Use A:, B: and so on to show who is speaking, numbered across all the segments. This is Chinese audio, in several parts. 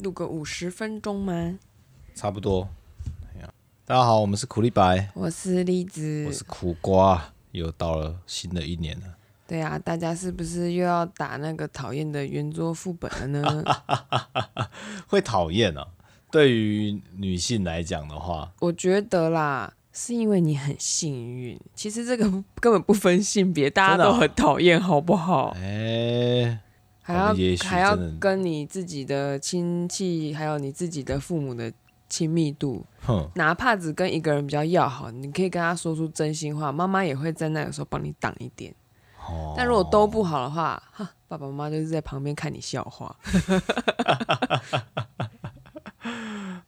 A: 录个五十分钟吗？
B: 差不多。哎呀大家好，我们是苦力白，
A: 我是栗子
B: 我，是苦瓜，又到了新的一年了。
A: 对啊，大家是不是又要打那个讨厌的圆桌副本了 呢？
B: 会讨厌啊？对于女性来讲的话，
A: 我觉得啦，是因为你很幸运。其实这个根本不分性别，大
B: 真的
A: 家
B: 啊
A: 都很讨厌，好不好？
B: 哎，
A: 还要
B: 哦也许
A: 还要
B: 真的
A: 跟你自己的亲戚，还有你自己的父母的亲密度，
B: 哼，
A: 哪怕只跟一个人比较要好，你可以跟他说出真心话，妈妈也会在那个时候帮你挡一点。
B: 哦
A: 但如果都不好的话，哈，爸爸妈妈就是在旁边看你笑话。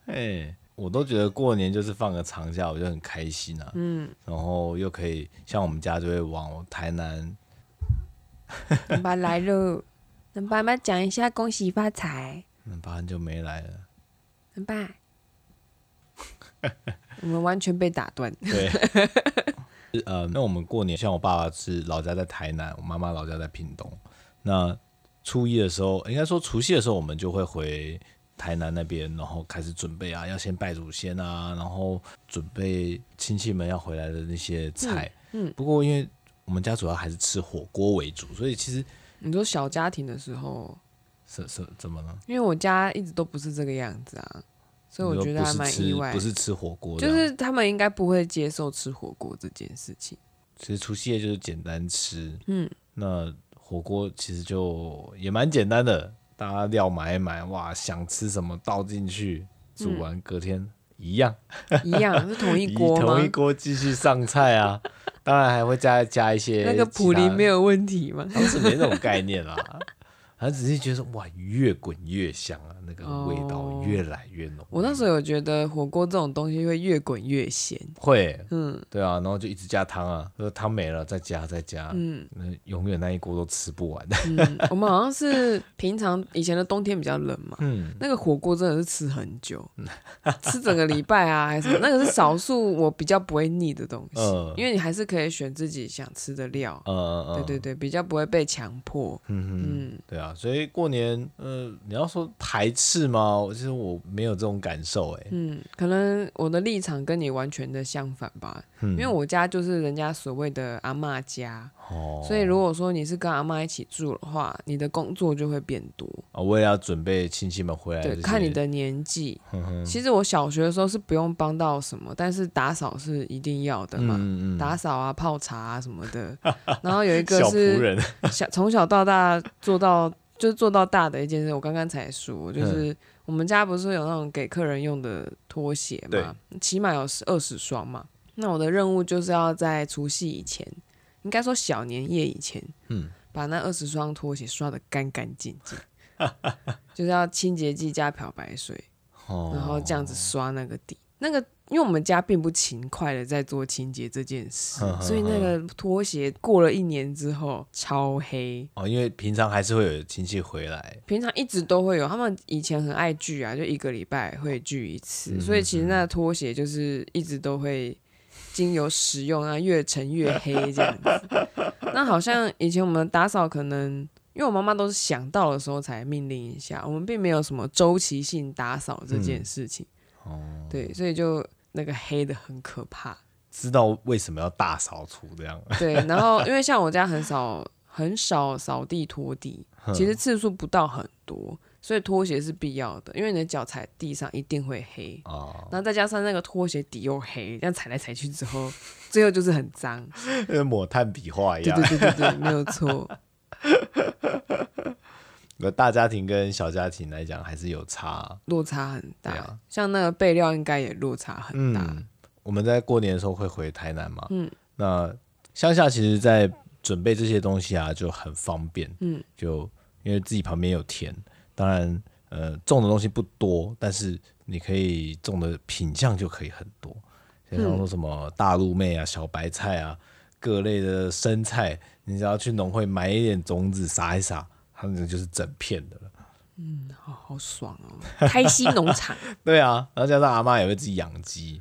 B: 哎，我都觉得过年就是放个长假，我就很开心啊。
A: 嗯，
B: 然后又可以像我们家就会往台南
A: 能爸来了，能爸妈讲一下恭喜发财，
B: 嗯，爸很久没来了。
A: 能爸。 我们完全被打断，
B: 对，是 呃，那我们过年，像我爸爸是老家在台南，我妈妈老家在屏东。那初一的时候，应该说除夕的时候，我们就会回台南那边，然后开始准备啊，要先拜祖先啊，然后准备亲戚们要回来的那些菜。
A: 嗯嗯
B: 不过因为我们家主要还是吃火锅为主，所以其实
A: 你说小家庭的时候，
B: 是是怎么呢？
A: 因为我家一直都不是这个样子啊，所以我觉得还
B: 你说不
A: 蛮
B: 是
A: 意
B: 吃
A: 外
B: 不。是吃火锅这
A: 就
B: 样，
A: 是他们应该不会接受吃火锅这件事情。
B: 其实除夕夜就是简单吃，
A: 嗯，
B: 那火锅其实就也蛮简单的，大家料买一买，哇，想吃什么倒进去，煮完隔天一样，
A: 一样是同嗯一锅吗
B: 同？ 一锅继续上菜啊，当然还会再加一些
A: 那个
B: 其
A: 普
B: 他
A: 林没，有问题吗？
B: 当时没那种概念啦。他只是觉得说哇，越滚越香啊，那个味道
A: 哦
B: 越来越浓。
A: 我那时候有觉得火锅这种东西会越滚越咸，
B: 会，
A: 嗯
B: 对啊，然后就一直加汤啊，就是汤没了再加再加，
A: 嗯
B: 那永远那一锅都吃不完。
A: 嗯，我们好像是平常以前的冬天比较冷嘛，
B: 嗯，
A: 那个火锅真的是吃很久，吃整个礼拜啊还是什么，那个是少数我比较不会腻的东西，
B: 嗯
A: 因为你还是可以选自己想吃的料，
B: 嗯，
A: 对对对，
B: 对，
A: 比较不会被强迫，
B: 嗯嗯，
A: 嗯，
B: 对啊，所以过年，呃，你要说排斥吗？我其实我没有这种感受、欸，哎，
A: 嗯，可能我的立场跟你完全的相反吧，
B: 嗯
A: 因为我家就是人家所谓的阿嬷家，
B: 哦，
A: 所以如果说你是跟阿嬷一起住的话，你的工作就会变多。
B: 啊，我也要准备亲戚们回来，
A: 对，看你，的年纪。
B: 哼哎嗯哼
A: 其实我小学的时候是不用帮到什么，但是打扫是一定要的嘛，
B: 嗯嗯嗯，
A: 打扫啊、泡茶啊什么 的。然后有一个
B: 小仆
A: 是
B: 人，
A: 小从小到大做到就是做到大的一件事，我刚刚才说，
B: 嗯
A: 就是我们家不是有那种给客人用的拖鞋
B: 对
A: 嘛，起码有十二十双嘛。那我的任务就是要在除夕以前，应该说小年夜以前，
B: 嗯，
A: 把那二十双拖鞋刷得干干净净， 就是要清洁剂加漂白水，
B: 哦
A: 然后这样子刷那个底。那个因为我们家并不勤快的在做清洁这件事
B: 哼哼，哼
A: 所以那个拖鞋过了一年之后超黑。
B: 哦，因为平常还是会有亲戚回来，
A: 平常一直都会有，他们以前很爱聚啊，就一个礼拜会聚一次，
B: 嗯
A: 所以其实那个拖鞋就是一直都会经由使用啊，越沉越黑这样子。那好像以前我们打扫可能。因为我妈妈都是想到的时候才命令一下，我们并没有什么周期性打扫这件事情，
B: 哦，
A: 对，所以就那个黑的很可怕，
B: 知道为什么要大扫除这样，
A: 对。然后因为像我家很少很少扫地拖地，
B: 哼
A: 其实次数不到很多，所以拖鞋是必要的，因为你的脚踩地上一定会黑，
B: 哦，
A: 然后再加上那个拖鞋底又黑，这样踩来踩去之后，最后就是很脏。
B: 跟抹炭笔画一
A: 对
B: 样，
A: 对对对对，没有错。
B: 那大家庭跟小家庭来讲还是有差啊、
A: 落差很大，
B: 对啊
A: 像那个备料应该也落差很大。
B: 嗯，我们在过年的时候会回台南嘛，
A: 嗯
B: 那乡下其实，在准备这些东西啊，就很方便，
A: 嗯，
B: 就因为自己旁边有田，当然，呃，种的东西不多，但是你可以种的品相就可以很多，像说什么大陆妹啊、小白菜啊、各类的生菜，你只要去农会买一点种子撒一撒，它们就是整片的了。
A: 好好爽哦！开心农 场，
B: 对啊，然后加上阿妈也会自己养鸡，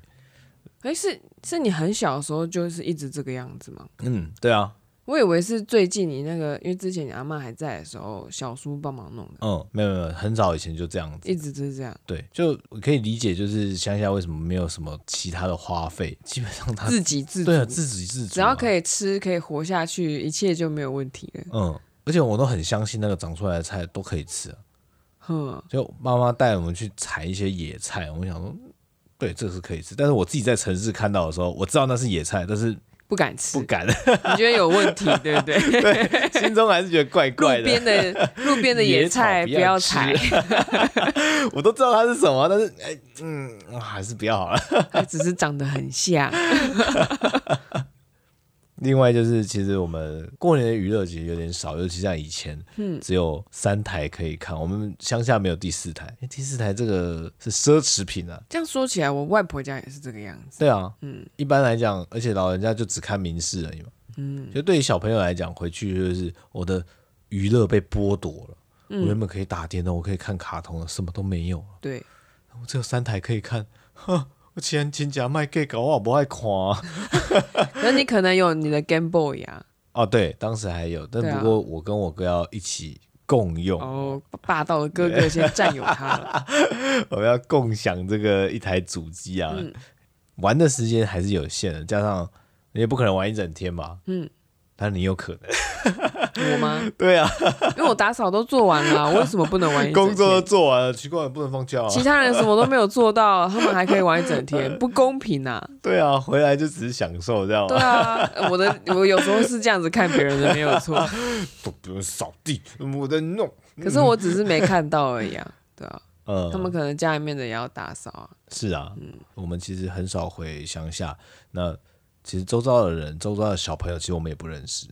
A: 哎，是是你很小的时候就是一直这个样子吗？
B: 嗯，对啊，
A: 我以为是最近你那个，因为之前你阿妈还在的时候，小叔帮忙弄的，
B: 嗯，没有没有，很早以前就这样子。
A: 一直都是这样，
B: 对，就我可以理解，就是乡下为什么没有什么其他的花费，基本上他
A: 自给自足，
B: 对啊自给自足、啊，
A: 只要可
B: 以，
A: 以吃，可以活下去，一切就没有问题了。
B: 嗯，而且我都很相信那个长出来的菜都可以吃、啊。
A: 哼，
B: 就妈妈带我们去采一些野菜，我想说，对，这是可以吃。但是我自己在城市看到的时候，我知道那是野菜，但是
A: 不敢
B: 不
A: 吃，
B: 敢，
A: 你觉得有问题，对不 对？
B: 心中还是觉得怪怪
A: 路
B: 的。
A: 边的路边的野菜
B: 野草不
A: 不
B: 要
A: 要
B: 吃
A: 采，
B: 我都知道它是什么，但是哎，嗯，啊还是不要好了。
A: 它只是长得很像。
B: 另外就是，其实我们过年的娱乐其实有点少，尤其像以前，嗯，只有三台可以看，我们乡下没有第四台，因为第四台这个是奢侈品啊。
A: 这样说起来，我外婆家也是这个样子。
B: 对啊，
A: 嗯
B: 一般来讲，而且老人家就只看民事而已嘛。
A: 嗯，
B: 就对于小朋友来讲，回去就是我的娱乐被剥夺了。我原
A: 嗯，
B: 本可以打电动，我可以看卡通了，什么都没有了，
A: 对，
B: 我只有三台可以看。 哼，我既然亲家卖 gay 搞，我不爱看、啊。
A: 那你可能有你的 Game Boy 啊，
B: 哦，对，当时还有，但
A: 对啊
B: 不过我跟我哥要一起共用，
A: 哦，霸道的哥哥先占有它了。
B: 我们要共享这个一台主机啊。
A: 嗯
B: 玩的时间还是有限的，加上你也不可能玩一整天嘛。
A: 嗯，
B: 但你有可能。
A: 我吗？
B: 对啊，
A: 因为我打扫都做完了，啊我为什么不能玩一整天
B: 工作都做完了，奇怪，不能放假啊。
A: 其他人什么都没有做到，他们还可以玩一整 天，不公平啊！
B: 对啊，回来就只是享受这样
A: 对
B: 嘛。
A: 啊，我的我有时候是这样子看别人的，没有 错，
B: 都 不用扫地，我在弄。
A: 可是我只是没看到而已啊。对啊，
B: 呃，
A: 他们可能家里面的也要打扫啊。
B: 是啊，我们其实很少回乡下。那其实周遭的人，周遭的小朋友，其实我们也不认识。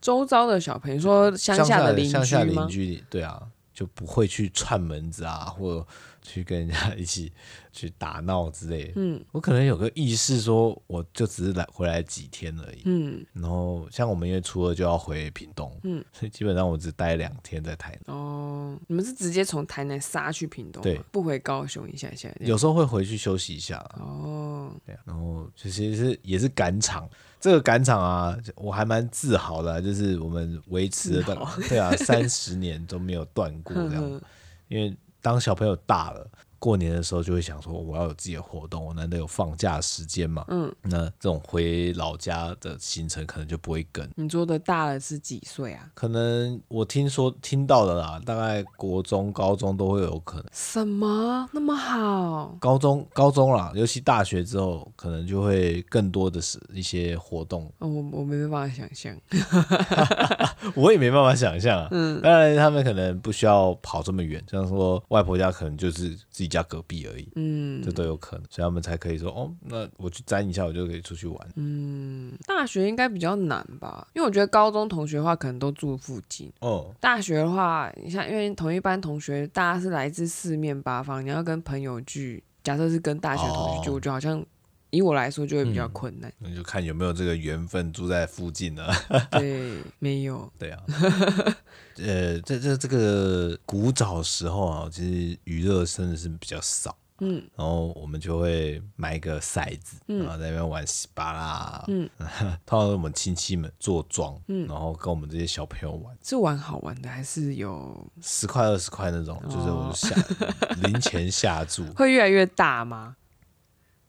A: 周遭的小朋友说乡
B: 乡
A: 下
B: 的
A: 的邻
B: 乡
A: 居
B: 下邻
A: 吗？
B: 居，对啊，就不会去串门子啊，或去跟人家一起去打闹之类的。
A: 嗯
B: 我可能有个意识说，我就只是来回来几天而已。
A: 嗯，
B: 然后像我们因为初二就要回屏东，
A: 嗯
B: 所以基本上我只待两天在台南，
A: 哦，你们是直接从台南杀去屏东吗，
B: 对
A: 不回高雄一下一下这样。
B: 有时候会回去休息一下啦。
A: 哦，
B: 对啊，然后其实是也是赶场，这个赶场啊，我还蛮自豪的啊、就是我们维持了大
A: 自豪
B: 对啊三十年都没有断 过
A: 呵
B: 这
A: 呵
B: 样，，因为当小朋友大了。过年的时候就会想说，我要有自己的活动，我难得有放假时间嘛。
A: 嗯，
B: 那这种回老家的行程可能就不会跟。
A: 你做的大了是几岁啊？
B: 可能我听说听到的啦，大概国中、高中都会有可能。
A: 什么那么好？
B: 高中、高中啦，尤其大学之后，可能就会更多的是一些活动
A: 哦，我我没办法想象。
B: 我也没办法想象啊。
A: 嗯
B: 当然他们可能不需要跑这么远，像说外婆家可能就是自己家隔壁而已，
A: 嗯
B: 这都有可能，所以他们才可以说哦，那我去沾一下，我就可以出去玩。
A: 嗯，大学应该比较难吧？因为我觉得高中同学的话，可能都住附近。
B: 哦，
A: 大学的话，你像因为同一班同学，大家是来自四面八方，你要跟朋友聚，假设是跟大学同学聚，
B: 哦
A: 我觉得好像以我来说就会比较困难。
B: 那就看有没有这个缘分住在附近了。
A: 对，没有，
B: 对啊，呃，在这这个古早时候啊，其实娱乐真的是比较少。
A: 嗯，
B: 然后我们就会买一个骰子，
A: 嗯
B: 然后在那边玩洗巴啦。
A: 嗯，
B: 通常是我们亲戚们坐庄，
A: 嗯
B: 然后跟我们这些小朋友玩。
A: 是玩好玩的，还是有
B: 十块二十块那种，就是
A: 哦
B: 我就下零钱下注，
A: 会越来越大吗？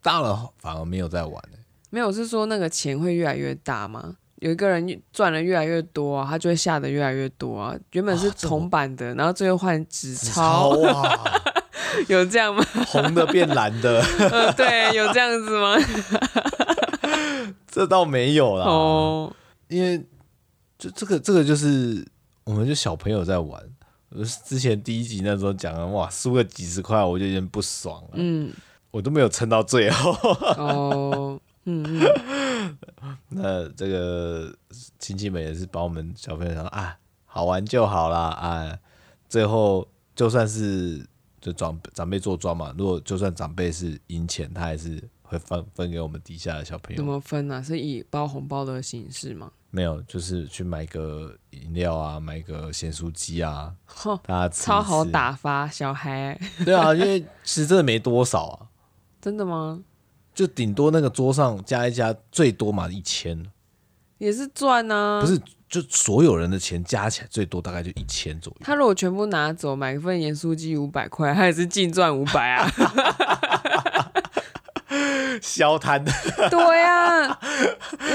B: 大了反而没有在玩、欸、
A: 没有，是说那个钱会越来越大吗？有一个人越赚的越来越多啊，他就会下的越来越多啊。原本是
B: 啊这么
A: 铜板的，然后最后换纸
B: 纸
A: 钞，
B: 啊，
A: 有这样吗？
B: 红的变蓝的，
A: 呃，对，有这样子吗？
B: 这倒没有啦。
A: 哦，
B: 因为就这个这个就是我们就小朋友在玩。我是之前第一集那时候讲的，哇，输个几十块我就有点不爽了，
A: 嗯，
B: 我都没有撑到最后。
A: 哦，嗯嗯。
B: 那这个亲戚们也是把我们小朋友想说啊，好玩就好啦啊。最后就算是就长长辈坐庄嘛，如果就算长辈是赢钱，他还是会分分给我们底下的小朋
A: 怎
B: 友。
A: 么分啊？是以包红包的形式吗？
B: 没有，就是去买个饮料啊，买个咸酥鸡啊，
A: 吼，
B: 大家吃一吃
A: 超好。打发小孩，
B: 对啊，因为其实真的没多少啊，
A: 真的吗？
B: 就顶多那个桌上加一加，最多嘛一千。
A: 一也是赚啊。
B: 不，是就所有人的钱加起来最多大概就一千左右。
A: 他如果全部拿走，买一份盐酥鸡五百块，他也是净赚五百 啊。
B: 消摊的，
A: 对啊，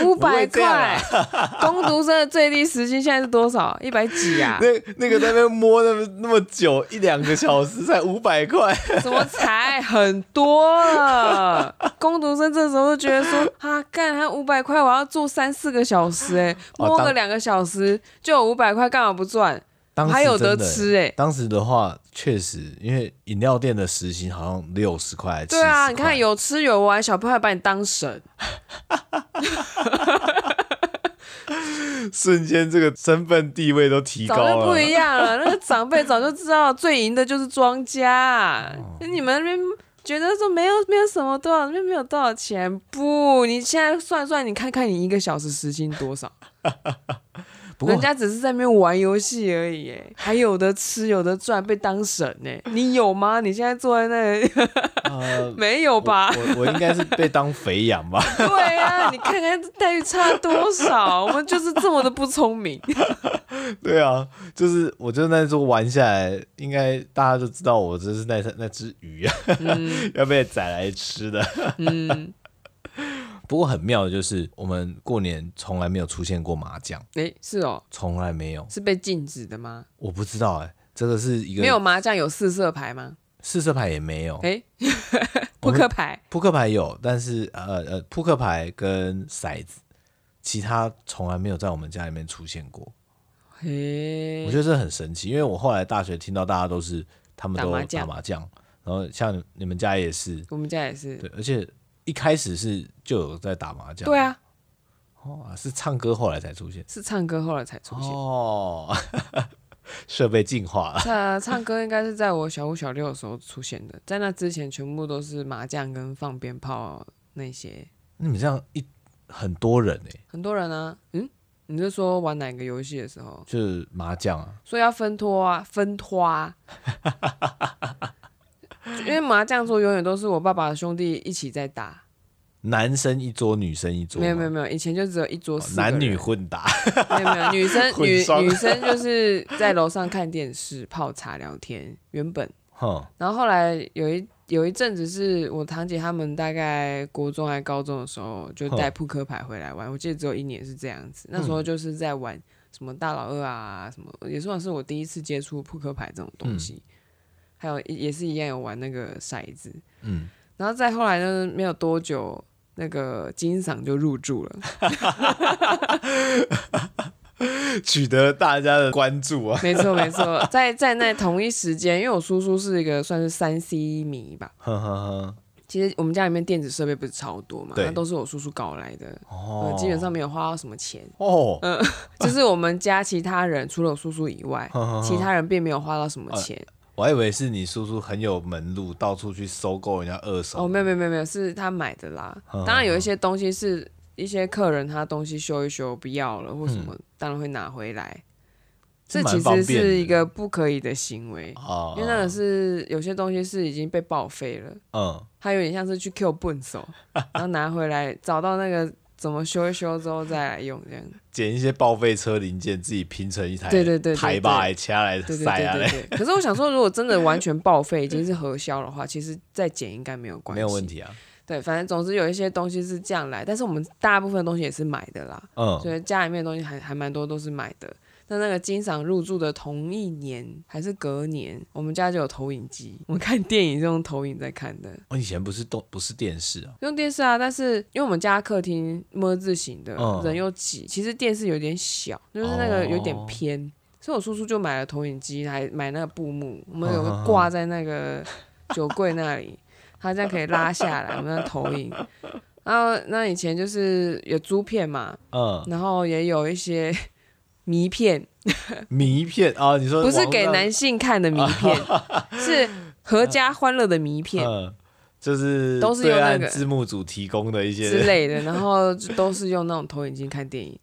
A: 五百
B: 这样啊
A: 块，工读生的最低时薪现在是多少？一百几啊？
B: 那那个在那边摸那么那么久，一两个小时才五百块，
A: 什么才很多了？工读生这时候就觉得说，啊，干他五百块，我要做三四个小时、欸，哎，
B: 哦
A: 摸
B: 当
A: 个两个小时就有五百块，干嘛不赚？
B: 当时
A: 还有得
B: 真的欸
A: 吃哎、
B: 当时的话，确实，因为饮料店的时薪好像六十块，
A: 对啊，
B: 70
A: 你
B: 块
A: 看有吃有玩，小朋友还把你当神，
B: 瞬间这个身份地位都提高
A: 早就不一
B: 了。
A: 样 了。那个长辈早就知道最赢的就是庄家，
B: 哦
A: 你们那边觉得说没有没有什么多少，那边没有多少钱，不，你现在算算，你看看你一个小时时薪多少。
B: 啊不过
A: 人家只是在那边玩游戏而已，哎，还有的吃有的赚，被当神呢。你有吗？你现在坐在那里
B: 呃，
A: 没有吧？
B: 我我我应该是被当肥羊吧？
A: 对啊，你看看这待遇差多少，我们就是这么的不聪明。
B: 对啊，就是我就那时候玩下来，应该大家就知道我这是那那只鱼啊， 要被宰来吃的。
A: 嗯，
B: 不过很妙的就是，我们过年从来没有出现过麻将，
A: 哎，是哦，
B: 从来没有。
A: 是被禁止的吗？
B: 我不知道哎、这个是一个
A: 没有麻将有四色牌吗？
B: 四色牌也没有，
A: 哎， 扑克牌
B: 扑克牌有，但是呃呃，扑克牌跟骰子，其他从来没有在我们家里面出现过。
A: 嘿，
B: 我觉得这很神奇，因为我后来大学听到大家都是他们
A: 打
B: 都
A: 麻
B: 打
A: 将
B: 麻将，然后像你你们家也是，
A: 我们家也是。
B: 对，而且一开始是就有在打麻将，
A: 对，啊，
B: 哦，是唱歌后来才出现，
A: 是唱歌后来才出现。
B: 哦， 设备进化了，
A: 唱唱歌应该是在我小五小六的时候出现的，在那之前全部都是麻将跟放鞭炮那些，
B: 你们这样一很多人哎、
A: 很多人啊，嗯，你是说玩哪个游戏的时候，
B: 就是麻将啊，
A: 所以要分托啊，分托 啊，因为麻将桌永远都是我爸爸的兄弟一起在打，
B: 男生一桌，女生一桌吗，
A: 没有没有没有，以前就只有一桌
B: 哦
A: 四个人
B: 男女混打。
A: 没有没有，女生
B: 混
A: 女
B: 双
A: 女生就是在楼上看电视、泡茶、聊天，原本。
B: 哼，
A: 然后后来有一有一阵子是我堂姐他们大概国中还高中的时候，就带
B: 哼嗯
A: 扑克牌回来玩。我记得只有一年是这样子，那时候就是在玩什么大老二啊，什么也算是我第一次接触扑克牌这种
B: 嗯
A: 东西。还有一也是一样有玩那个骰子，
B: 嗯，
A: 然后再后来呢，没有多久，那个金赏就入住了，
B: 取得大家的关注啊。
A: 没错没错，在在那同一时间，因为我叔叔是一个算是三 C 迷吧，
B: 哼哼
A: 其实我们家里面电子设备不是超多嘛，
B: 对
A: 那都是我叔叔搞来的，
B: 哼，
A: 呃
B: 哦，
A: 基本上没有花到什么钱，
B: 哦，
A: 就是我们家其他人除了我叔叔以外，
B: 嗯
A: 其他人并没有花到什么钱。
B: 我还以为是你叔叔很有门路，到处去收购人家二手。
A: 哦，没有没有没有没有，是他买的啦
B: 嗯。
A: 当然有一些东西是一些客人他东西修一修不要了或什么，当然会拿回来。
B: 这
A: 这
B: 嗯蛮
A: 其
B: 方
A: 实
B: 便的
A: 是一个不可以的行为，
B: 啊，
A: 哦因为那个是有些东西是已经被报废了。
B: 嗯，
A: 它有点像是去 Q 笨 手，然后拿回来找到那个怎么修一修之后再来用这样。
B: 捡一些报废车零件，自己拼成一台，
A: 对对对对
B: 台哎吧，还掐来
A: 对对
B: 塞啊
A: 对
B: 嘞，
A: 对对。可是我想说，如果真的完全报废，已经是核销的话，其实再剪应该没有关系，
B: 没有问。题啊。
A: 对，反正总之有一些东西是这样来，但是我们大部分东西也是买的啦，
B: 嗯，
A: 所以家里面的东西还还蛮多都是买的。那那个经常入住的同一年还是隔年，我们家就有投影机，我们看电影是用投影在看的。
B: 哦我以前不是都不是电视啊，
A: 用电视啊，但是因为我们家客厅么字形的，
B: 嗯
A: 人又挤，其实电视有点小，就是那个有点
B: 哦
A: 偏，所以我叔叔就买了投影机，还买那个布幕，我们有
B: 嗯嗯
A: 个
B: 嗯
A: 挂在那 个酒柜那里，它这样可以拉下来，我们那投影。然后那以前就是有租片嘛，
B: 嗯，
A: 然后也有一些迷 片，
B: 迷片啊，你说
A: 不是
B: 网
A: 给
B: 上
A: 男性看的迷片，是合家欢乐的迷片。
B: 嗯，就是
A: 都是
B: 对
A: 用那
B: 岸
A: 个
B: 字幕组提供的一
A: 之
B: 些，
A: 类的，然后就都是用那种投影机看电影。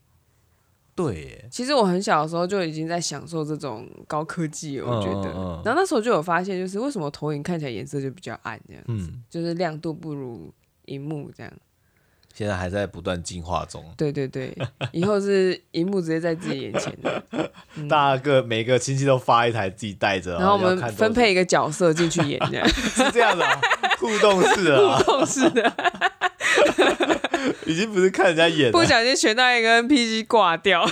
B: 对耶，
A: 其实我很小的时候就已经在享受这种高科技了，我觉得。
B: 嗯嗯嗯
A: 然后那时候就有发现，就是为什么投影看起来颜色就比较暗，这样
B: 嗯，
A: 就是亮度不如荧幕这样。
B: 现在还在不断进化中。
A: 对对对，以后是荧幕直接在自己眼前的，
B: 大家各每个亲戚都发一台自己带着，
A: 嗯然后我
B: 要
A: 们
B: 看
A: 分
B: 多久
A: 配一个角色进去演， 这样
B: 是这样的、啊、互动式的、啊，
A: 都是的。
B: 已经不是看人家演
A: 不
B: 了。
A: 小心选到一个 NPC 挂掉，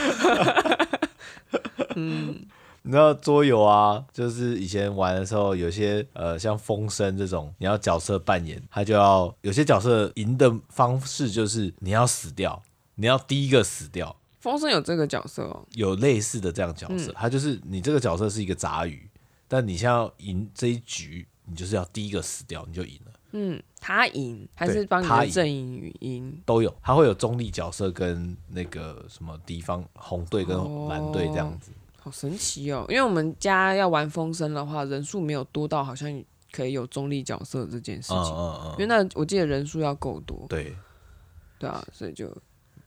B: 你知道桌游啊，就是以前玩的时候，有些呃像风声这种，你要角色扮演，他就要有些角色赢的方式就是你要死掉，你要第一个死掉。
A: 风声有这个角色哦，
B: 有类似的这样角色，他就是你这个角色是一个杂鱼，但你现在要赢这一局，你就是要第一个死掉，你就赢了。
A: 嗯，他赢还是
B: 对
A: 帮你
B: 他
A: 的
B: 赢
A: 阵营赢？
B: 都有，他会有中立角色跟那个什么敌方红队跟蓝队这样子。
A: 好神奇哦！因为我们家要玩风声的话，人数没有多到好像可以有中立角色这件事
B: 嗯
A: 情，
B: 嗯
A: 因为
B: 嗯，
A: 那我记得人数要够多，
B: 对，
A: 对啊，所以就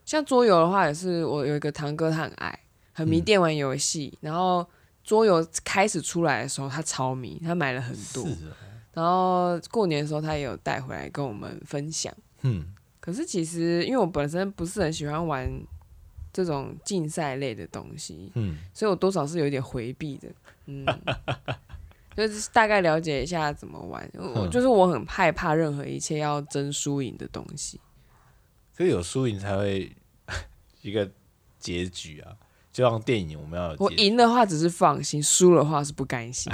A: 像桌游的话，也是我有一个堂哥，他很爱，很
B: 嗯
A: 迷电玩游戏，然后桌游开始出来的时候，他超迷，他买了很多，
B: 是啊，
A: 然后过年的时候他也有带回来跟我们分享。
B: 嗯，
A: 可是其实因为我本身不是很喜欢玩这种竞赛类的东西，
B: 嗯，
A: 所以我多少是有一点回避的，嗯，就是大概了解一下怎么玩。我
B: 嗯
A: 就是我很害怕任何一切要争输赢的东西，
B: 所以有输赢才会 一个结局啊，就像电影我们要有
A: 我
B: 结局。
A: 赢的话只是放心，输的话是不甘心。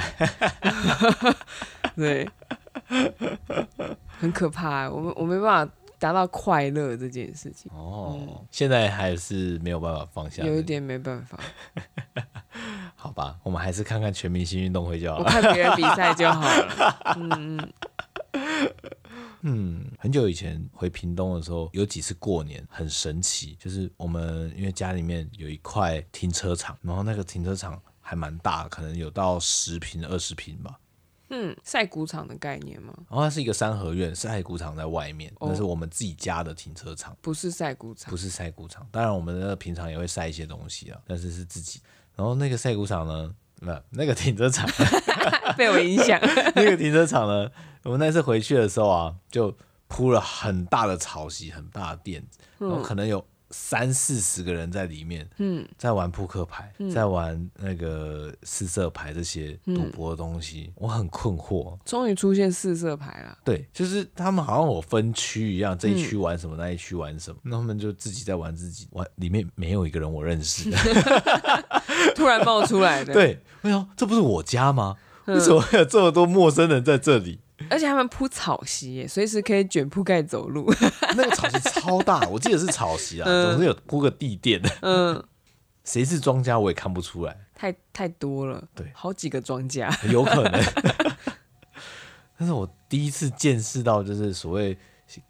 A: 对，很可怕、欸我们我没办法达到快乐这件事情，
B: 哦，现在还是没有办法放下，
A: 嗯有一点没办法。
B: 好吧，我们还是看看全明星运动会就好
A: 我
B: 了。
A: 看别人比赛就好了。 嗯，嗯
B: 嗯，很久以前回屏东的时候，有几次过年很神奇，就是我们因为家里面有一块停车场，然后那个停车场还蛮大，可能有到十平二十平吧。
A: 嗯，赛谷场的概念吗？
B: 然后它是一个三合院，晒谷场在外面，
A: 哦
B: 那是我们自己家的停车场，
A: 不是赛谷场
B: 不，是晒谷场。当然，我们那个平常也会晒一些东西啊，但是是自己。然后那个晒谷场呢，那那个停车场，
A: 被我影响。
B: 那个停车场呢，我们那次回去的时候啊，就铺了很大的草席，很大的垫子，然后可能有三四十个人在里面，
A: 嗯，
B: 在玩扑克牌，在玩那个四色牌这些赌博的东西，我很困惑。
A: 终于出现四色牌了。
B: 对，就是他们好像有分区一样，这一区玩什么，那一区玩什么，那他们就自己在玩自己玩，里面没有一个人我认识。
A: 突然冒出来的。，
B: 对，我想这不是我家吗？为什么会有这么多陌生人在这里？
A: 而且他们铺草席耶，随时可以卷铺盖走 路。
B: 那个草席超大，我记得是草席啊，
A: 嗯
B: 总是有铺个地垫。
A: 嗯，
B: 谁是庄家我也看不出来，
A: 太太多了，
B: 对
A: 好几个庄 家。
B: 有可能。但是我第一次见识到，就是所谓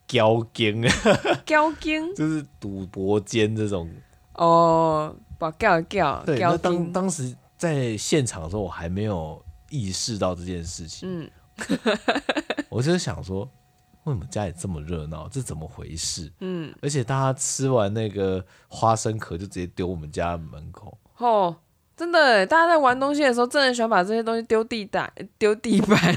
B: 交game，
A: 高金
B: 就是 赌博间这种。
A: 哦，把叫叫
B: 对，
A: 高
B: 那当
A: 金，
B: 当时在现场的时候，我还没有意识到这件事情。
A: 嗯，
B: 我就是想说，为什么家里这么热闹？这怎么回事？
A: 嗯，
B: 而且大家吃完那个花生壳就直接丢我们家门口。
A: 哦。真的耶，大家在玩东西的时候，真的喜欢把这些东西丢地板、丢地 板、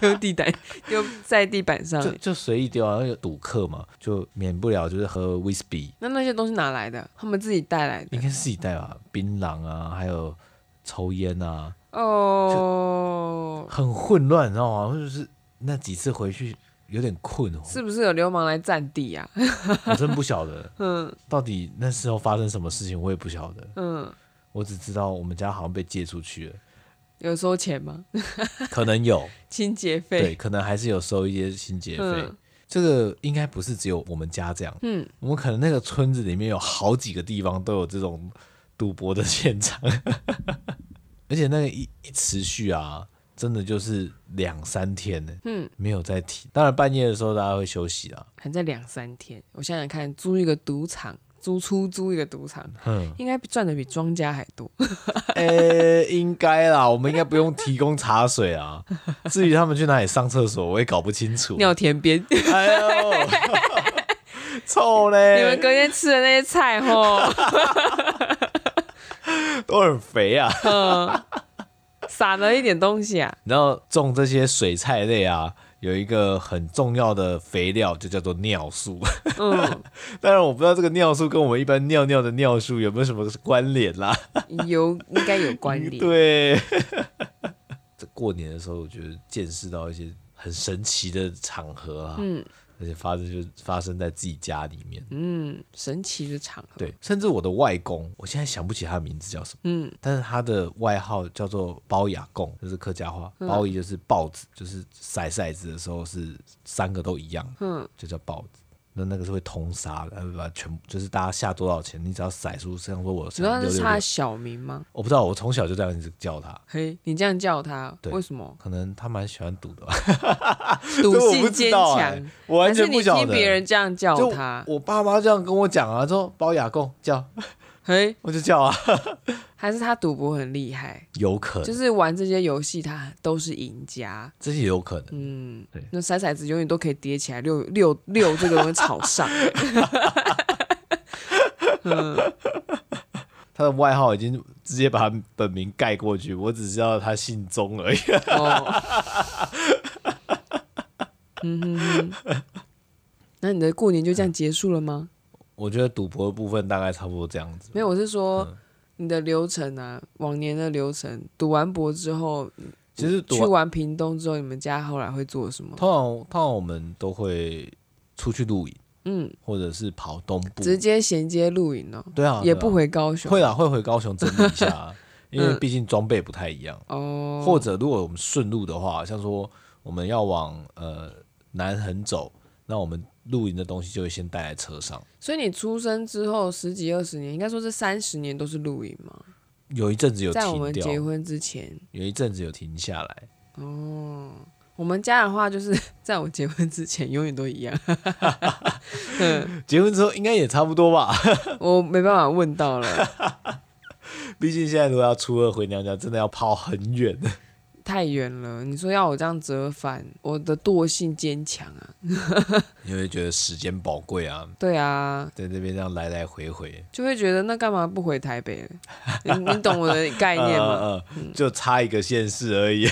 A: 丢地板、丢在地板上
B: 就
A: 耶。
B: 就随意丢啊，那个赌客嘛，就免不了就是喝 whisky，
A: 那那些东西哪来的？他们自己带来
B: 应
A: 的。
B: 该是自己带吧，槟榔啊，还有抽烟啊，
A: 哦，
B: 很混乱，你知道吗？就是那几次回去有点困惑，
A: 是不是有流氓来占地啊？
B: 我真不晓得
A: 嗯
B: 到底那时候发生什么事情，我也不晓得，
A: 嗯，
B: 我只知道我们家好像被借出去了，
A: 有收钱吗？
B: 可能 有，
A: 清洁费。
B: 对，可能还是有收一些清洁费。
A: 嗯
B: 这个应该不是只有我们家这样，
A: 嗯，
B: 我们可能那个村子里面有好几个地方都有这种赌博的现场， 而且那个一一持续啊，真的就是两三天呢，
A: 嗯，
B: 没有再提。当然半夜的时候大家会休息啦，
A: 还在两三天。我想想看，租一个赌场，租出租一个赌场，
B: 嗯，
A: 应该赚的比庄家还多。
B: 呃、应该啦，我们应该不用提供茶 水啊。至于他们去哪里上厕所，我也搞不清楚。
A: 尿田 边，你
B: 哎 呦，臭嘞！
A: 们隔天吃的那些菜吼，
B: 都很肥啊。
A: 嗯，撒了一点东西啊，
B: 然后种这些水菜类啊，有一个很重要的肥料，就叫做尿素。
A: 嗯，
B: 当然，我不知道这个尿素跟我们一般尿尿的尿素有没有什么关联啦。
A: 有应该有关联。
B: 对， 这过年的时候，我觉得见识到一些很神奇的场合啊，
A: 嗯
B: 而且发生就发生在自己家里面。
A: 嗯，神奇的场合。
B: 对，甚至我的外公，我现在想不起他的名字叫什么，
A: 嗯，
B: 但是他的外号叫做包雅贡，就是客家话，
A: 嗯
B: 包姨就是豹子，就是甩骰子的时候是三个都一样，
A: 嗯，
B: 就叫豹子。那那个是会通杀的，呃把全部就是大家下多少钱，你只要甩出，像说我
A: 主要
B: 六
A: 是
B: 六
A: 他
B: 六
A: 的小名吗？
B: 我不知道，我从小就这样一直叫他，
A: 嘿，你这样叫他，
B: 对
A: 为什么？
B: 可能他蛮喜欢赌的吧，
A: 赌
B: 这我不
A: 性
B: 知
A: 坚
B: 道哎
A: 强，
B: 我完
A: 还是
B: 全
A: 你
B: 不晓
A: 听
B: 得。
A: 别人这样叫
B: 就
A: 他？
B: 我爸妈这样跟我讲啊，说包雅贡叫，
A: 嘿，
B: 我就叫啊，
A: 还是他赌博很厉害？
B: 有可能，
A: 就是玩这些游戏，他都是赢家。
B: 这些有可能。
A: 嗯
B: 对，
A: 那骰骰子永远都可以叠起来，六六六这个东西朝 上。
B: 他的外号已经直接把他本名盖过去，我只知道他姓钟而已。
A: 哦，嗯哼哼，那你的过年就这样结束了吗？
B: 我觉得赌博的部分大概差不多这样子。
A: 没有，我是说
B: 嗯
A: 你的流程啊，往年的流程，赌完博之后，
B: 其实赌啊
A: 去完屏东之后，你们家后来会做什么
B: 通？常通常我们都会出去露营，
A: 嗯，
B: 或者是跑东部。
A: 直接衔接露营哦，
B: 对啊，
A: 也
B: 对啊
A: 不回高雄。
B: 会啊，会回高雄整理一下 啊，因为
A: 嗯
B: 毕竟装备不太一样。
A: 哦，
B: 或者如果我们顺路的话，像说我们要往呃南横走，那我们露营的东西就会先带在车上。
A: 所以你出生之后十几二十年，应该说这三十年都是露营嘛，
B: 有一阵子有
A: 在我们
B: 停
A: 结
B: 掉，
A: 婚之前。
B: 有一阵子有停下来。
A: 哦，我们家的话就是 在我结婚之前永远都一样。 嗯，
B: 结婚之后应该也差不多吧，
A: 我没办法问到了，
B: 毕竟现在如果要初二回娘家，真的要跑很远。
A: 太远了。你说要我这样折返，我的惰性坚强啊。
B: 你会觉得时间宝贵啊，
A: 对啊，
B: 在这边这样来来回回，
A: 就会觉得那干嘛不回台北了？你你懂我的概念 吗？
B: 嗯嗯嗯就差一个县市而已。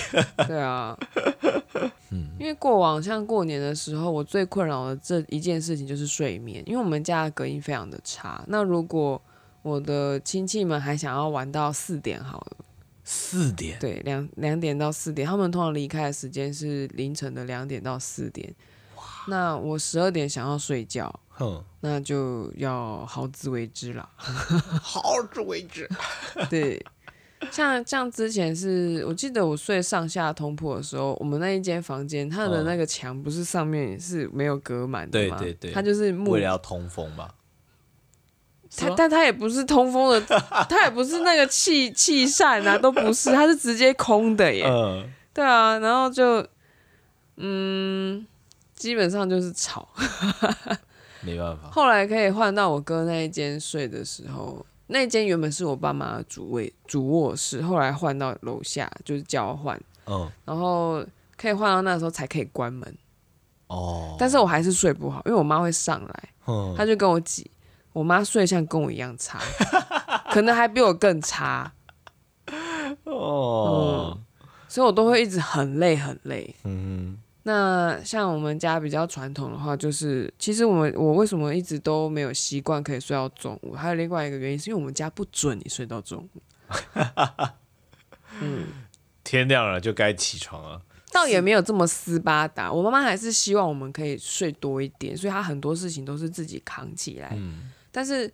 A: 对啊，因为过往像过年的时候，我最困扰的这一件事情就是睡眠，因为我们家的隔音非常的差。那如果我的亲戚们还想要玩到四点好了，
B: 四点，
A: 对，两两点到四点，他们通常离开的时间是凌晨的两点到四点。那我十二点想要睡觉，
B: 哼，
A: 那就要好自为之啦。
B: 好自为之。
A: 对，像像之前是我记得我睡上下通铺的时候，我们那一间房间它的
B: 嗯
A: 那个墙不是上面是没有隔满的
B: 对
A: 吗？
B: 对对
A: 它就是木
B: 为了，要通风吧，
A: 它但它也不是通风的，它也不是那个气气扇啊，都不是，它是直接空的耶。
B: 嗯，
A: 对啊，然后就嗯，基本上就是吵。
B: 没办法，
A: 后来可以换到我哥那一间睡的时候，那间原本是我爸妈的主卫主卧室，后来换到楼下就是交换。
B: 嗯，
A: 然后可以换到那时候才可以关门。
B: 哦，嗯
A: 但是我还是睡不好，因为我妈会上来，
B: 哼
A: 她就跟我挤。我妈睡相跟我一样差，可能还比我更差，
B: 哦，
A: 所以我都会一直很累很累。
B: 嗯，
A: 那像我们家比较传统的话，就是其实我们我为什么一直都没有习惯可以睡到中午，还有另外一个原因是因为我们家不准你睡到中午，
B: 天亮了就该起床了。
A: 倒也没有这么斯巴达。我妈妈还是希望我们可以睡多一点，所以她很多事情都是自己扛起来。
B: 嗯，
A: 但是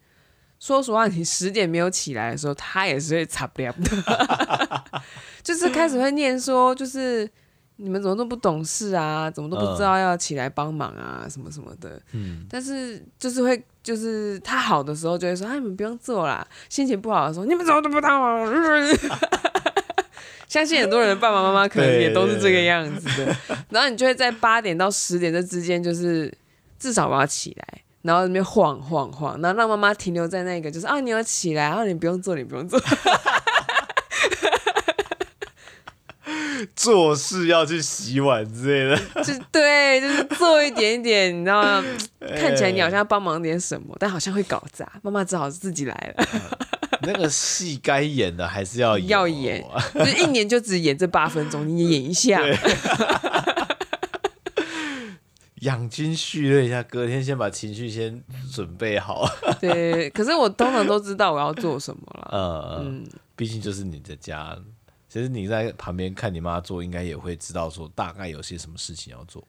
A: 说实话，你十点没有起来的时候，他也是会擦不了的，就是开始会念说，就是你们怎么都不懂事啊，怎么都不知道要起来帮忙啊，什么什么的。嗯，但是就是会。就是他好的时候就会说：“哎，你们不用做啦。”心情不好的时候，你们怎么都不帮忙？ 相信很多人的爸爸妈妈可能也都是这个样子的。然后你就会在八点到十点这之间，就是至少我要起来，然后在那边晃晃晃，然后让妈妈停留在那个，就是啊，你要起来，然、后你不用做，你不用做，
B: 做事要去洗碗之类的，
A: 就对，就是做一点点，你知道吗？看起来你好像要帮忙点什么，但好像会搞砸，妈妈只好自己来了。
B: 那个戏该演的还是要
A: 要
B: 演哦
A: 演。就是一年就只演这八分钟，你也演一下。
B: 养精蓄锐一下，隔天先把情绪先准备好。
A: 对，可是我通常都知道我要做什么了。
B: 呃，
A: 嗯，
B: 毕竟就是你的家，其实你在旁边看你妈做，应该也会知道说大概有些什么事情要做。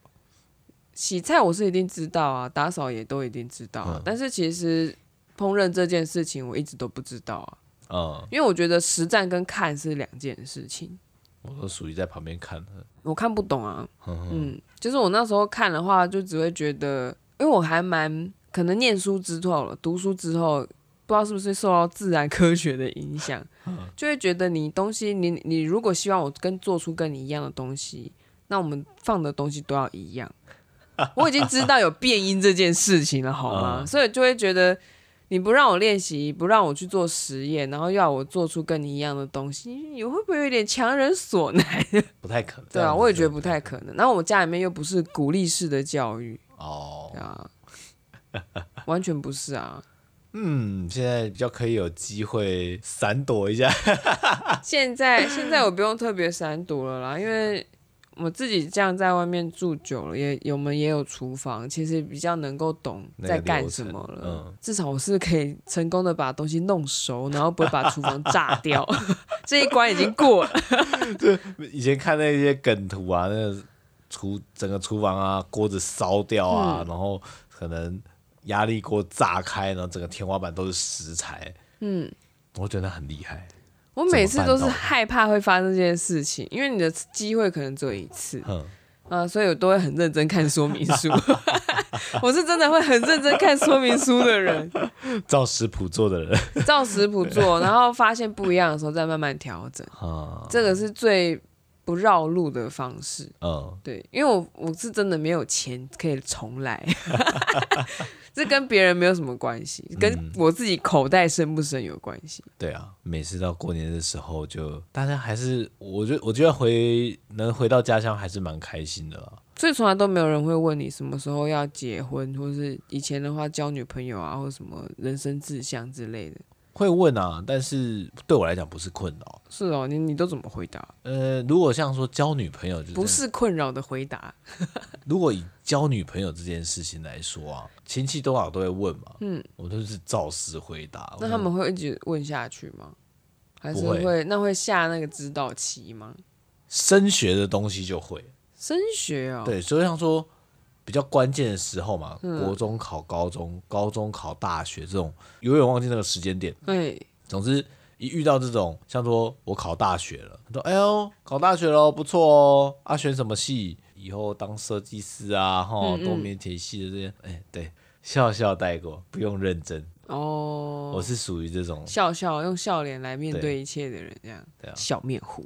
A: 洗菜我是一定知道啊，打扫也都一定知道、啊，
B: 嗯
A: 但是其实烹饪这件事情我一直都不知道啊，
B: 嗯，
A: 因为我觉得实战跟看是两件事情，
B: 我都属于在旁边看的。
A: 我看不懂啊。
B: 嗯
A: 嗯，就是我那时候看的话，就只会觉得，因为我还蛮可能念书之后了，读书之后，不知道是不是受到自然科学的影响，
B: 嗯
A: 就会觉得你东西，你你如果希望我跟做出跟你一样的东西，那我们放的东西都要一 样。我已经知道有变音这件事情了，好吗？
B: 嗯
A: 所以就会觉得你不让我练习，不让我去做实验，然后要我做出跟你一样的东西，你会不会有点强人所难？
B: 不太可能。
A: 对
B: 这样
A: 啊，
B: 子
A: 我也
B: 真
A: 觉得
B: 的
A: 不太可能。然后我家里面又不是鼓励式的教育，
B: 哦
A: 对。啊，完全不是啊。
B: 嗯，现在比较可以有机会闪躲一下。
A: 现在现在我不用特别闪躲了啦，因为我自己这样在外面住久了，也我们也有厨房，其实比较能够懂
B: 那个
A: 在干
B: 流
A: 什
B: 程
A: 么了。
B: 嗯
A: 至少我是可以成功的把东西弄熟，然后不会把厨房炸掉。 这一关已经过了。
B: 以前看那些梗图啊，那个厨整个厨房啊，锅子烧掉啊，
A: 嗯
B: 然后可能压力锅炸开，然后整个天花板都是食材。
A: 嗯，
B: 我觉得很厉害。
A: 我
B: 怎么
A: 每次
B: 办
A: 都是
B: 到的
A: 害怕会发生这件事情，因为你的机会可能只有一次。
B: 嗯，
A: 啊，所以我都会很认真看说明书。 我是真的会很认真看说明书的人，
B: 照食谱做的人
A: 照食谱做，然后发现不一样的时候再慢慢调整，
B: 啊，
A: 这个是最不绕路的方式。
B: 嗯，
A: 对，因为我我是真的没有钱可以重来，这跟别人没有什么关系，跟我自己口袋深不深有关系。
B: 对啊，每次到过年的时候就，大家还是，我觉得我觉得回能回到家乡还是蛮开心的啦。
A: 所以从来都没有人会问你什么时候要结婚，或是以前的话交女朋友啊，或什么人生志向之类的。
B: 会问啊，但是对我来讲不是困扰。
A: 是哦，你你都怎么回答？
B: 呃，如果像说交女朋友，就是
A: 不是困扰的回答。
B: 如果以交女朋友这件事情来说啊，亲戚多少都会问嘛，嗯，我都是照实回答。
A: 那他们会一直问下去吗？还是
B: 哦不会
A: 会那会下那个指导棋吗？
B: 升学的东西就会，
A: 升学哦，，嗯
B: 对，所以像说比较关键的时候嘛，国中考高中，高中考大学这种，永远忘记那个时间点。
A: 哎，
B: 总之，一遇到这种，像说我考大学了，他说：“哎呦，考大学喽，不错哦，啊，选什么系？以后当设计师啊，哈，
A: 嗯
B: 多媒体系的这些，哎，对，笑笑带过，不用认真。
A: 哦，
B: 我是属于这种，
A: 笑笑用笑脸来面对
B: 对
A: 一切的人，这样
B: 对啊
A: 笑面虎，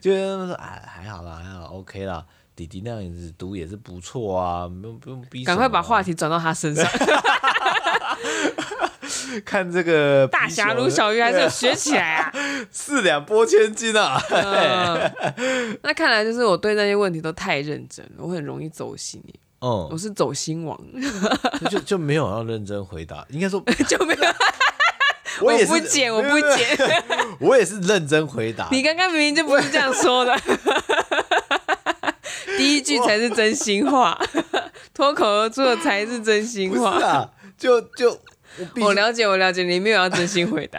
B: 就是说，哎，还好啦，还好，OK 啦。弟弟那样子读也是不错啊，不用不用逼什么
A: 赶
B: 啊。
A: 快把话题转到他身上。
B: 看这个
A: 大
B: 啤
A: 侠
B: 酒
A: 卢小鱼还是有学起来 啊。
B: 四两拨千斤 啊。
A: 嗯那看来就是我对那些问题都太认真了，我很容易走心耶，我
B: 嗯，
A: 是走心王，
B: 就就没有要认真回答，应该说
A: 就没有，
B: 我也是
A: 不剪，我
B: 没
A: 不
B: 有没有
A: 剪。
B: 我也是认真回答。
A: 你刚刚明明就不是这样说 的，第一句才是真心话，脱口而出的才是真心
B: 不是
A: 话。
B: 啊，就就我毕
A: 我
B: 竟
A: 了解，我了解，你没有要真心回 答。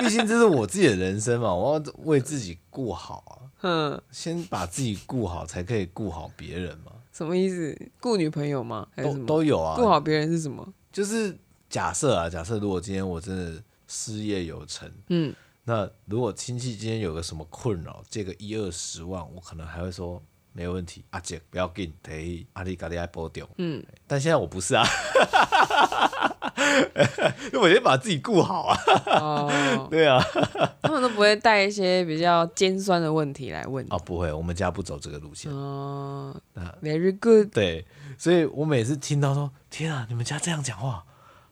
B: 毕竟这是我自己的人生嘛，我要为自己顾好啊，
A: 嗯，
B: 先把自己顾好，才可以顾好别人嘛。
A: 什么意思？顾女朋友吗？还是什
B: 都
A: 么？
B: 都有啊，
A: 顾好别人是什么？
B: 就是假设啊，假设如果今天我真的事业有成，
A: 嗯，
B: 那如果亲戚今天有个什么困扰，借个一二十万，我可能还会说没问题，阿、姐不要紧，得阿里嘎利爱波丢。嗯，但现在我不是啊， 因为我先把自己顾好啊。
A: 哦，
B: 对啊，
A: 他们都不会带一些比较尖酸的问题来问你。
B: 啊不会，我们家不走这个路线。
A: 哦，very good。
B: 对，所以我每次听到说，天啊，你们家这样讲话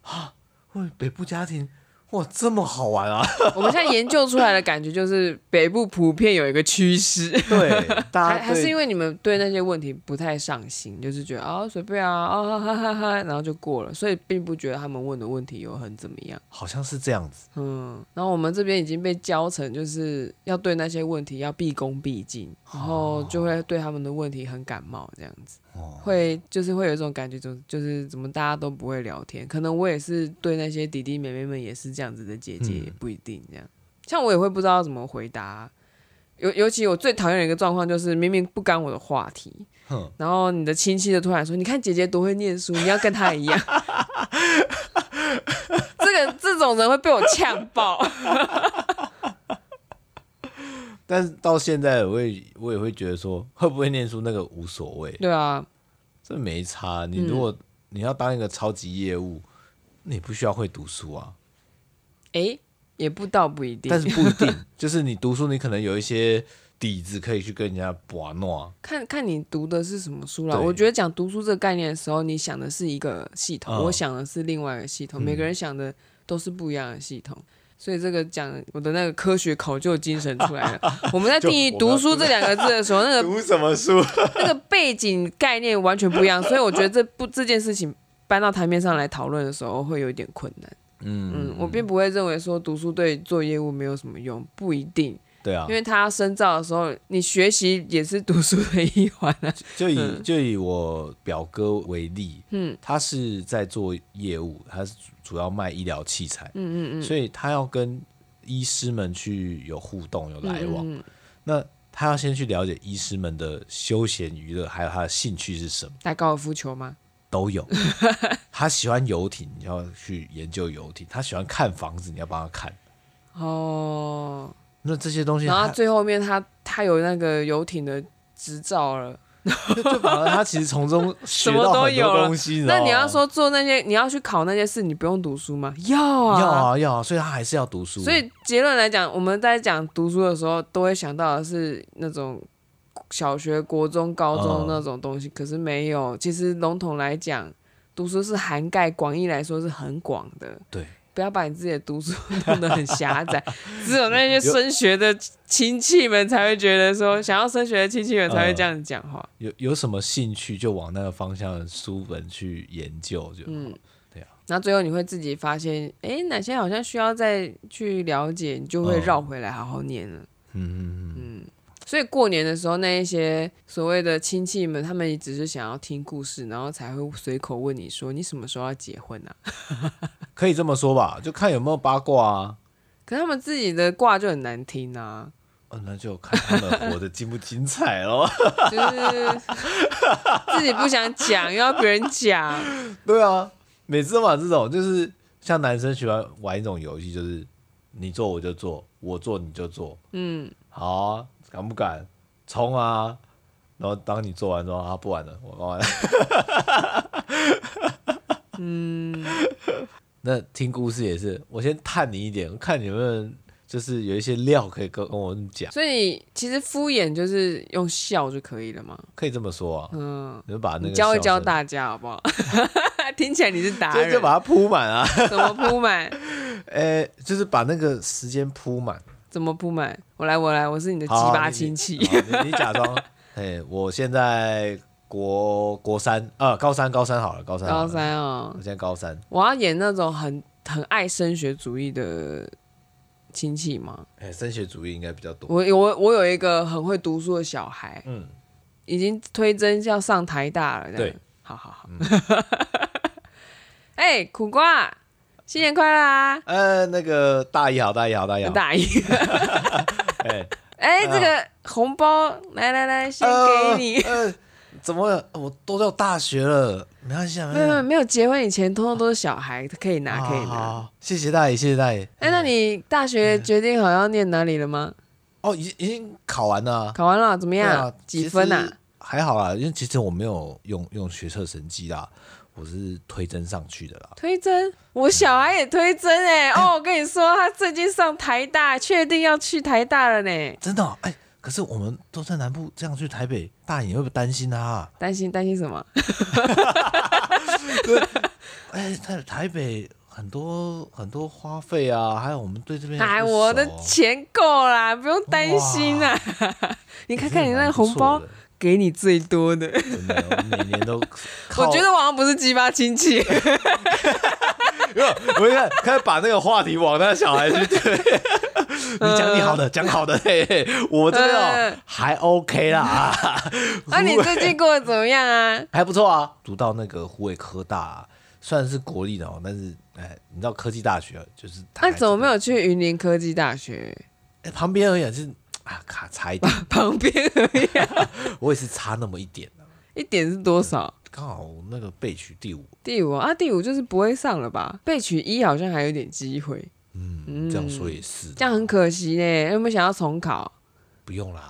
B: 啊，我北部家庭，哇，这么好玩啊！
A: 我们现在研究出来的感觉就是北部普遍有一个趋势，
B: 对，大
A: 还
B: 家
A: 还是因
B: 为
A: 为你们对那些问题不太上心，就是觉得啊随便啊啊哈哈哈，然后就过了，所以并不觉得他们问的问题有很怎么样。
B: 好像是这样子，
A: 嗯，然后我们这边已经被教成就是要对那些问题要毕恭毕敬，然后就会对他们的问题很感冒，这样子，会就是会有一种感觉，就就是怎么大家都不会聊天。可能我也是对那些弟弟妹妹们也是这样子的，姐姐
B: 嗯
A: 也不一定这样。像我也会不知道怎么回答，尤尤其我最讨厌的一个状况就是明明不干我的话题
B: 哼，
A: 然后你的亲戚就突然说：“你看姐姐多会念书，你要跟她一样。” 这个这种人会被我呛 爆。
B: 但是到现在我也我也会觉得说，会不会念书那个无所谓，
A: 对啊，
B: 这没差。啊
A: 嗯
B: 你如果、你要当一个超级业务，你不需要会读书啊，
A: 诶，也不到不一定，
B: 但是不一定，就是你读书，你可能有一些底子可以去跟人家 把弄啊。
A: 看看你读的是什么书啦。
B: 对
A: 我觉得讲读书这个概念的时候，你想的是一个系统，
B: 嗯
A: 我想的是另外一个系统，每个人想的都是不一样的系统。所以这个讲我的那个科学考究精神出 来了。我们在定义“
B: 就
A: 读
B: 我们要
A: 书”这两个字的时候，那个
B: 读什么书？
A: 那个背景概念完全不一样，所以我觉得这不这件事情搬到台面上来讨论的时候会有一点困难。
B: 嗯，
A: 嗯，我并不会认为说读书对做业务没有什么用，不一定，
B: 对啊
A: 因，为他深造的时候，你学习也是读书的一环啊。
B: 就以就以我表哥为例，嗯，他是在做业务，他是主要卖医疗器材，嗯嗯嗯，所以他要跟医师们去有互动、有来往。
A: 嗯
B: 那他要先去了解医师们的休闲娱乐，还有他的兴趣是什么，
A: 打高尔夫球吗？
B: 都有。他喜欢游艇，你要去研究游艇；他喜欢看房子，你要帮他看。
A: 哦，
B: 那这些东西
A: 然后
B: 他，
A: 他最后面他他有那个游艇的执照了。
B: 就反而他其实 从中学
A: 么
B: 到
A: 都
B: 很
A: 有了
B: 多东
A: 那
B: 西。知道
A: 你要
B: 吗
A: 说做那些，你要去考那些试，你不用读书吗？要啊，
B: 要啊要啊，所以他还是要读书。
A: 所以结论来讲，我们在讲读书的时候，都会想到的是那种小学、国中、高中
B: 嗯
A: 那种东西，可是没有。其实笼统来讲，读书是涵盖广义来说是很广的。
B: 对。
A: 不要把你自己的读书弄得很狭 窄，只有那些升学的亲戚们才会觉得说，想要升学的亲戚们才会这样讲话。
B: 有有什么兴趣就往那个方向的书本去研究就好。
A: 然后最后你会自己发现，哎，哪些好像需要再去了解，你就会
B: 嗯
A: 绕回来好好念了。
B: 嗯嗯嗯，
A: 所以过年的时候，那一些所谓的亲戚们，他们也只是想要听故事，然后才会随口问你说你什么时候要结婚啊？
B: 可以这么说吧，就看有没有八卦啊。
A: 可他们自己的卦就很难听啊，
B: 哦，那就看他们活得精不精彩咯。
A: 就是 自己不想讲，又要别人讲。
B: 对啊，每次嘛这种就是像男生喜欢玩一种游戏，就是你做我就做，我做你就做。嗯，好啊，敢不敢冲啊？然后当你做完之后，啊，不玩了，我玩完了。嗯， 那听故事也是，我先探你一点，看你们就是有一些料可以跟跟我们讲，
A: 所以你其实敷衍就是用笑就可以了嘛，
B: 可以这么说啊。嗯，你就把那
A: 你
B: 个
A: 教一
B: 笑
A: 教
B: 声，
A: 大家好不 好？听起来你是达
B: 就
A: 人
B: 就，把它铺满啊。
A: 怎么铺满？
B: 呃、就是把那个时间铺满。
A: 怎么铺满？我来，我来，我是你的鸡
B: 好
A: 巴
B: 你
A: 亲戚。
B: 好你你假装，哎，我现在国国三啊，高三，高三好了，高三，
A: 高，三哦
B: 我，现在高三，
A: 我要演那种很很爱升学主义的亲戚吗？
B: 哎，升学主义应该比较多，
A: 我有我我有一个很会读书的小孩，
B: 嗯，
A: 已经推甄要上台大了。这样
B: 对，嗯
A: 好好好。 哎、苦瓜，新年快乐啊！
B: 呃，那个大一好，大一好，大一好
A: 很，大意。
B: 哎，
A: 哎、
B: 嗯
A: 这个红包，来来来，先给你。
B: 呃，呃怎么了我都到大学了，没关系啊，
A: 没有没有
B: 系
A: 没有结婚以前，通通都是小孩，可以拿可以，
B: 好好
A: 拿。
B: 好谢谢大爷，谢谢大爷，
A: 哎、那你大学决定好要念哪里了吗？
B: 哦，已已经考完了啊，
A: 考完了怎么
B: 对
A: 样？
B: 啊，
A: 几分
B: 呐？
A: 啊？
B: 还好啦，因为其实我没有用用学测成绩啦，我是推甄上去的啦。
A: 推甄，我小孩也推甄哎、哦，我跟你说，他最近上台大，确定要去台大了呢。
B: 真的哦、哎、可是我们都在南部，这样去台北，大爷会不会担心他、啊？
A: 担心担心什么？
B: 哎、在台北很多很多花费啊，还有我们对这边也
A: 哎，
B: 不
A: 我的
B: 熟
A: 钱够啦，不用担心啊。你
B: 你
A: 看看你那个红包，给你最多的，
B: 真的，我每年都
A: 我
B: 我
A: 觉得我好像不是鸡巴亲戚，
B: 我一看，开始把那个话题往那小 孩去推。你讲你好的，讲好的，嘿嘿，我这个哦
A: 嗯
B: 还 OK 啦， 啊，
A: 啊，你最近过得怎么样啊？
B: 还不错啊。读到那个湖北科大啊，虽然是国立的哦，但是哎，你知道科技大学啊就是它
A: 那
B: 还
A: 怎么没
B: 是
A: 有去云林科技大学
B: 哎旁边而已啊，就是啊卡差一点，
A: 旁边而已啊、
B: 我也是差那么一点啊
A: 一点是多少？
B: 刚好那个被取第五，
A: 第五啊，第五就是不会上了吧？被取一好像还有点机会，
B: 嗯，这样说也是，
A: 这样很可惜呢。有没有想要重考？
B: 不用啦，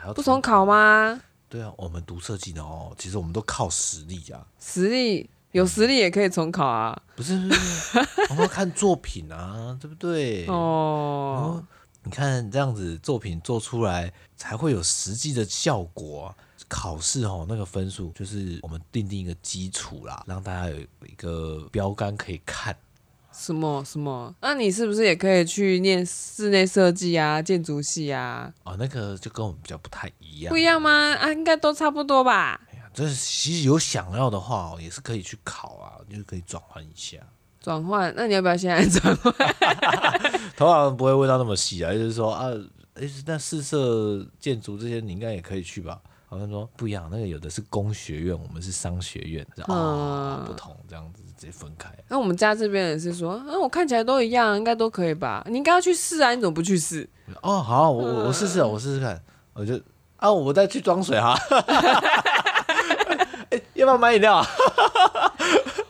B: 还要
A: 不重考？吗？
B: 对啊，我们读设计的哦，其实我们都靠实力啊，
A: 实力有实力也可以重考啊。
B: 不是，不是 我们要看作品啊，对不对？
A: 哦，
B: 哦，你看这样子作品做出来才会有实际的效果啊、考试哦，那个分数就是我们定定一个基础啦，让大家有一个标杆可以看。
A: 什么什么？那你是不是也可以去念室内设计啊、建筑系啊？
B: 哦，那个就跟我们比较不太一样，
A: 不一样吗？啊，应该都差不多吧。
B: 哎呀，这其实有想要的话、哦，也是可以去考啊，就是可以转换一下。
A: 转换，那你要不要现在转换？
B: 通常不会问到那么细啊，就是说啊，诶那四色建筑这些你应该也可以去吧？好像说不一样，那个有的是工学院，我们是商学院，就啊、
A: 嗯
B: 不同，这样子直接分开。
A: 那我们家这边也是说，嗯、我看起来都一样，应该都可以吧？你应该要去试啊，你怎么不去试？
B: 哦，好，我
A: 嗯
B: 我我试试啊，我试试看，我就啊，我再去装水哈、哈， 诶要不要买饮料啊？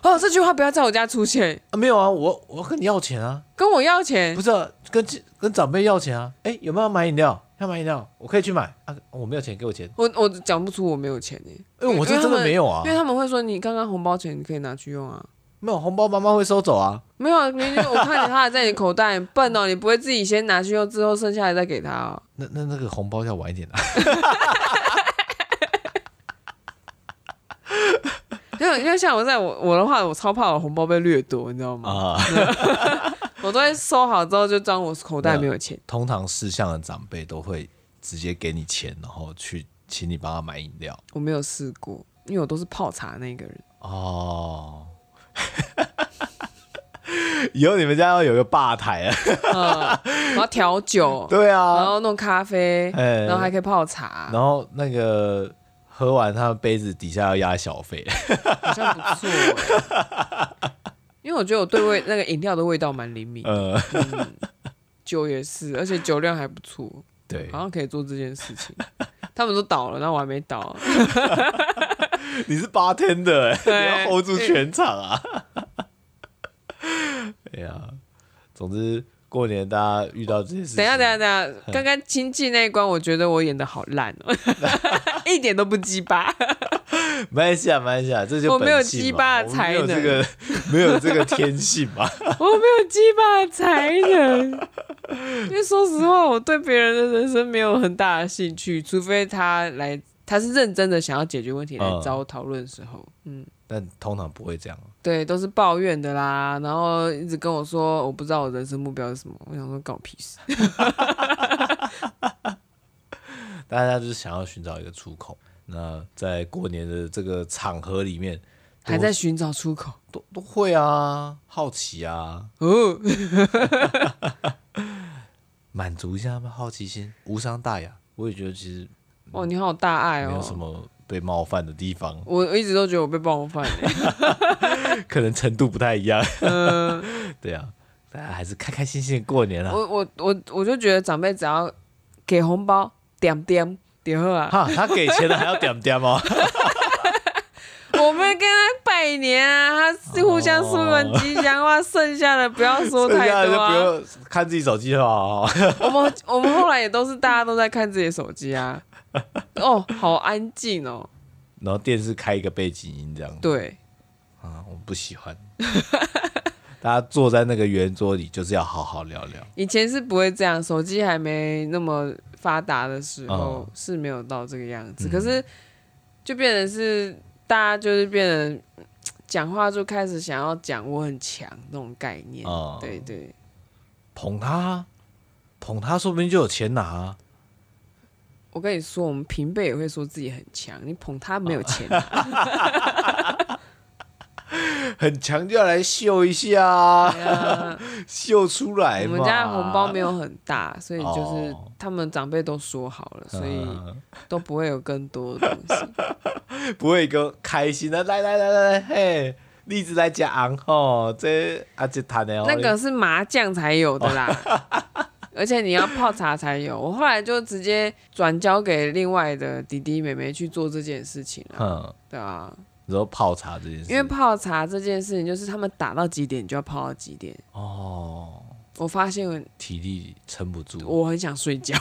A: 哦，这句话不要在我家出现，
B: 啊没有啊，我我要跟你要钱啊，
A: 跟我要钱
B: 不。是、啊、跟跟长辈要钱啊？哎、有没有要买饮料？要买饮料，我可以去买啊，我没有钱，给我钱。
A: 我我讲不出我没有钱呢、
B: 哎、我这真的没有啊
A: 因，为他们会说你刚刚红包钱你可以拿去用啊。
B: 没有红包，妈妈会收走啊。
A: 没有，明明我看你他还 在你口袋，你笨哦，你不会自己先拿去用，之后剩下的再给他哦。
B: 那那那个红包要晚一点啊。
A: 因为因为像我在我我的话，我超怕我红包被掠夺，你知道吗？
B: 啊，
A: 我都会收好之后就装我口袋没有钱。
B: 通常事项的长辈都会直接给你钱，然后去请你帮他买饮料。
A: 我没有试过，因为我都是泡茶那个人。
B: 哦，以后你们家要有个吧台啊。
A: 嗯，然后调酒，
B: 对
A: 然
B: 啊，
A: 后弄咖啡，
B: 哎
A: 然后还可以泡茶，
B: 然后那个喝完他的杯子底下要压小费。
A: 好像不错欸。因为我觉得我对味那个饮料的味道蛮灵敏，
B: 呃，
A: 酒也是，而且酒量还不错，
B: 对
A: 好，像可以做这件事情。他们都倒了，那我还没倒。
B: 你是 bartender，欸、 你
A: 对
B: 要 hold 住全场啊。 哎呀，总之过年大家遇到这些事情，
A: 等一下，等一下，等一
B: 嗯
A: 下，刚刚亲戚那一关，我觉得我演的好烂 哦，一点都不鸡巴。
B: 没关系啊，没关系啊，这就
A: 我没有
B: 本性嘛
A: 鸡巴的才能
B: 我们没有这个 没有这个天性嘛。
A: 我没有鸡巴的才能，因为说实话，我对别人的人生没有很大的兴趣，除非他来，他是认真的想要解决问题来
B: 嗯
A: 找我讨论的时候，嗯，
B: 但通常不会这样，
A: 对，都是抱怨的啦，然后一直跟我说我不知道我人生目标是什么，我想说搞屁事，
B: 大家就是想要寻找一个出口。那在过年的这个场合里面，
A: 还在寻找出口，
B: 都都会啊，好奇啊，
A: 哦，
B: 满足一下他们好奇心，无伤大雅。我也觉得其实
A: 哇，你好大爱
B: 没有
A: 哦，
B: 什么被冒犯的地方，
A: 我一直都觉得我被冒犯、欸，
B: 可能程度不太一样。
A: 嗯
B: 对啊，大家还是开开心心地过年啊 啦。
A: 我我我我就觉得长辈只要给红包点点点好啊，
B: 哈，他给钱了还要点点哦。
A: 我们跟他拜年啊，他互相说完吉祥话，剩下的不要说
B: 哦剩
A: 太
B: 下的
A: 多
B: 就不
A: 啊。
B: 用看自己手机就好哦。
A: 我们我们后来也都是大家都在看自己的手机啊。哦，好安静哦。
B: 然后电视开一个背景音这样。
A: 对，
B: 啊，我不喜欢。 大家坐在那个圆桌里，就是要好好聊聊。
A: 以前是不会这样，手机还没那么发达的时候、
B: 嗯
A: 是没有到这个样子，可是就变成是大家就是变成。讲话就开始想要讲我很强那种概念。
B: 哦
A: 对对，
B: 捧他，捧他，说不定就有钱 拿啊。
A: 我跟你说，我们平辈也会说自己很强，你捧他没有钱拿、
B: 很强就要来秀一下啊，
A: 对啊。
B: 秀出来
A: 我
B: 嘛。
A: 们家的红包没有很大，所以就是
B: 哦
A: 他们长辈都说好了，所以
B: 嗯
A: 都不会有更多的东西。
B: 不会个开心的，来来来来来，嘿，栗子来吃红吼，这啊这谈的哦，
A: 那个是麻将才有的啦，而且你要泡茶才有。我后来就直接转交给另外的弟弟妹妹去做这件事情了，
B: 嗯，
A: 对啊，
B: 然后泡茶这件事，
A: 因为泡茶这件事情就是他们打到几点就要泡到几点。
B: 哦，
A: 我发现
B: 体力撑不住，
A: 我很想睡觉，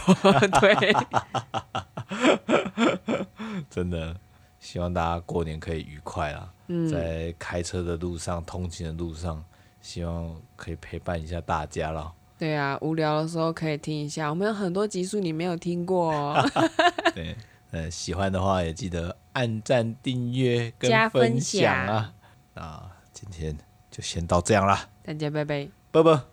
A: 对，
B: 真的希望大家过年可以愉快啦，
A: 嗯
B: 在开车的路上、通勤的路上，希望可以陪伴一下大 家啦。
A: 对啊，无聊的时候可以听一下，我们有很多集数你没有听过哦，
B: 对，呃，喜欢的话也记得按赞、订阅跟
A: 加分
B: 啊分享啊。那今天就先到这样啦，
A: 大家拜拜。
B: 拜拜。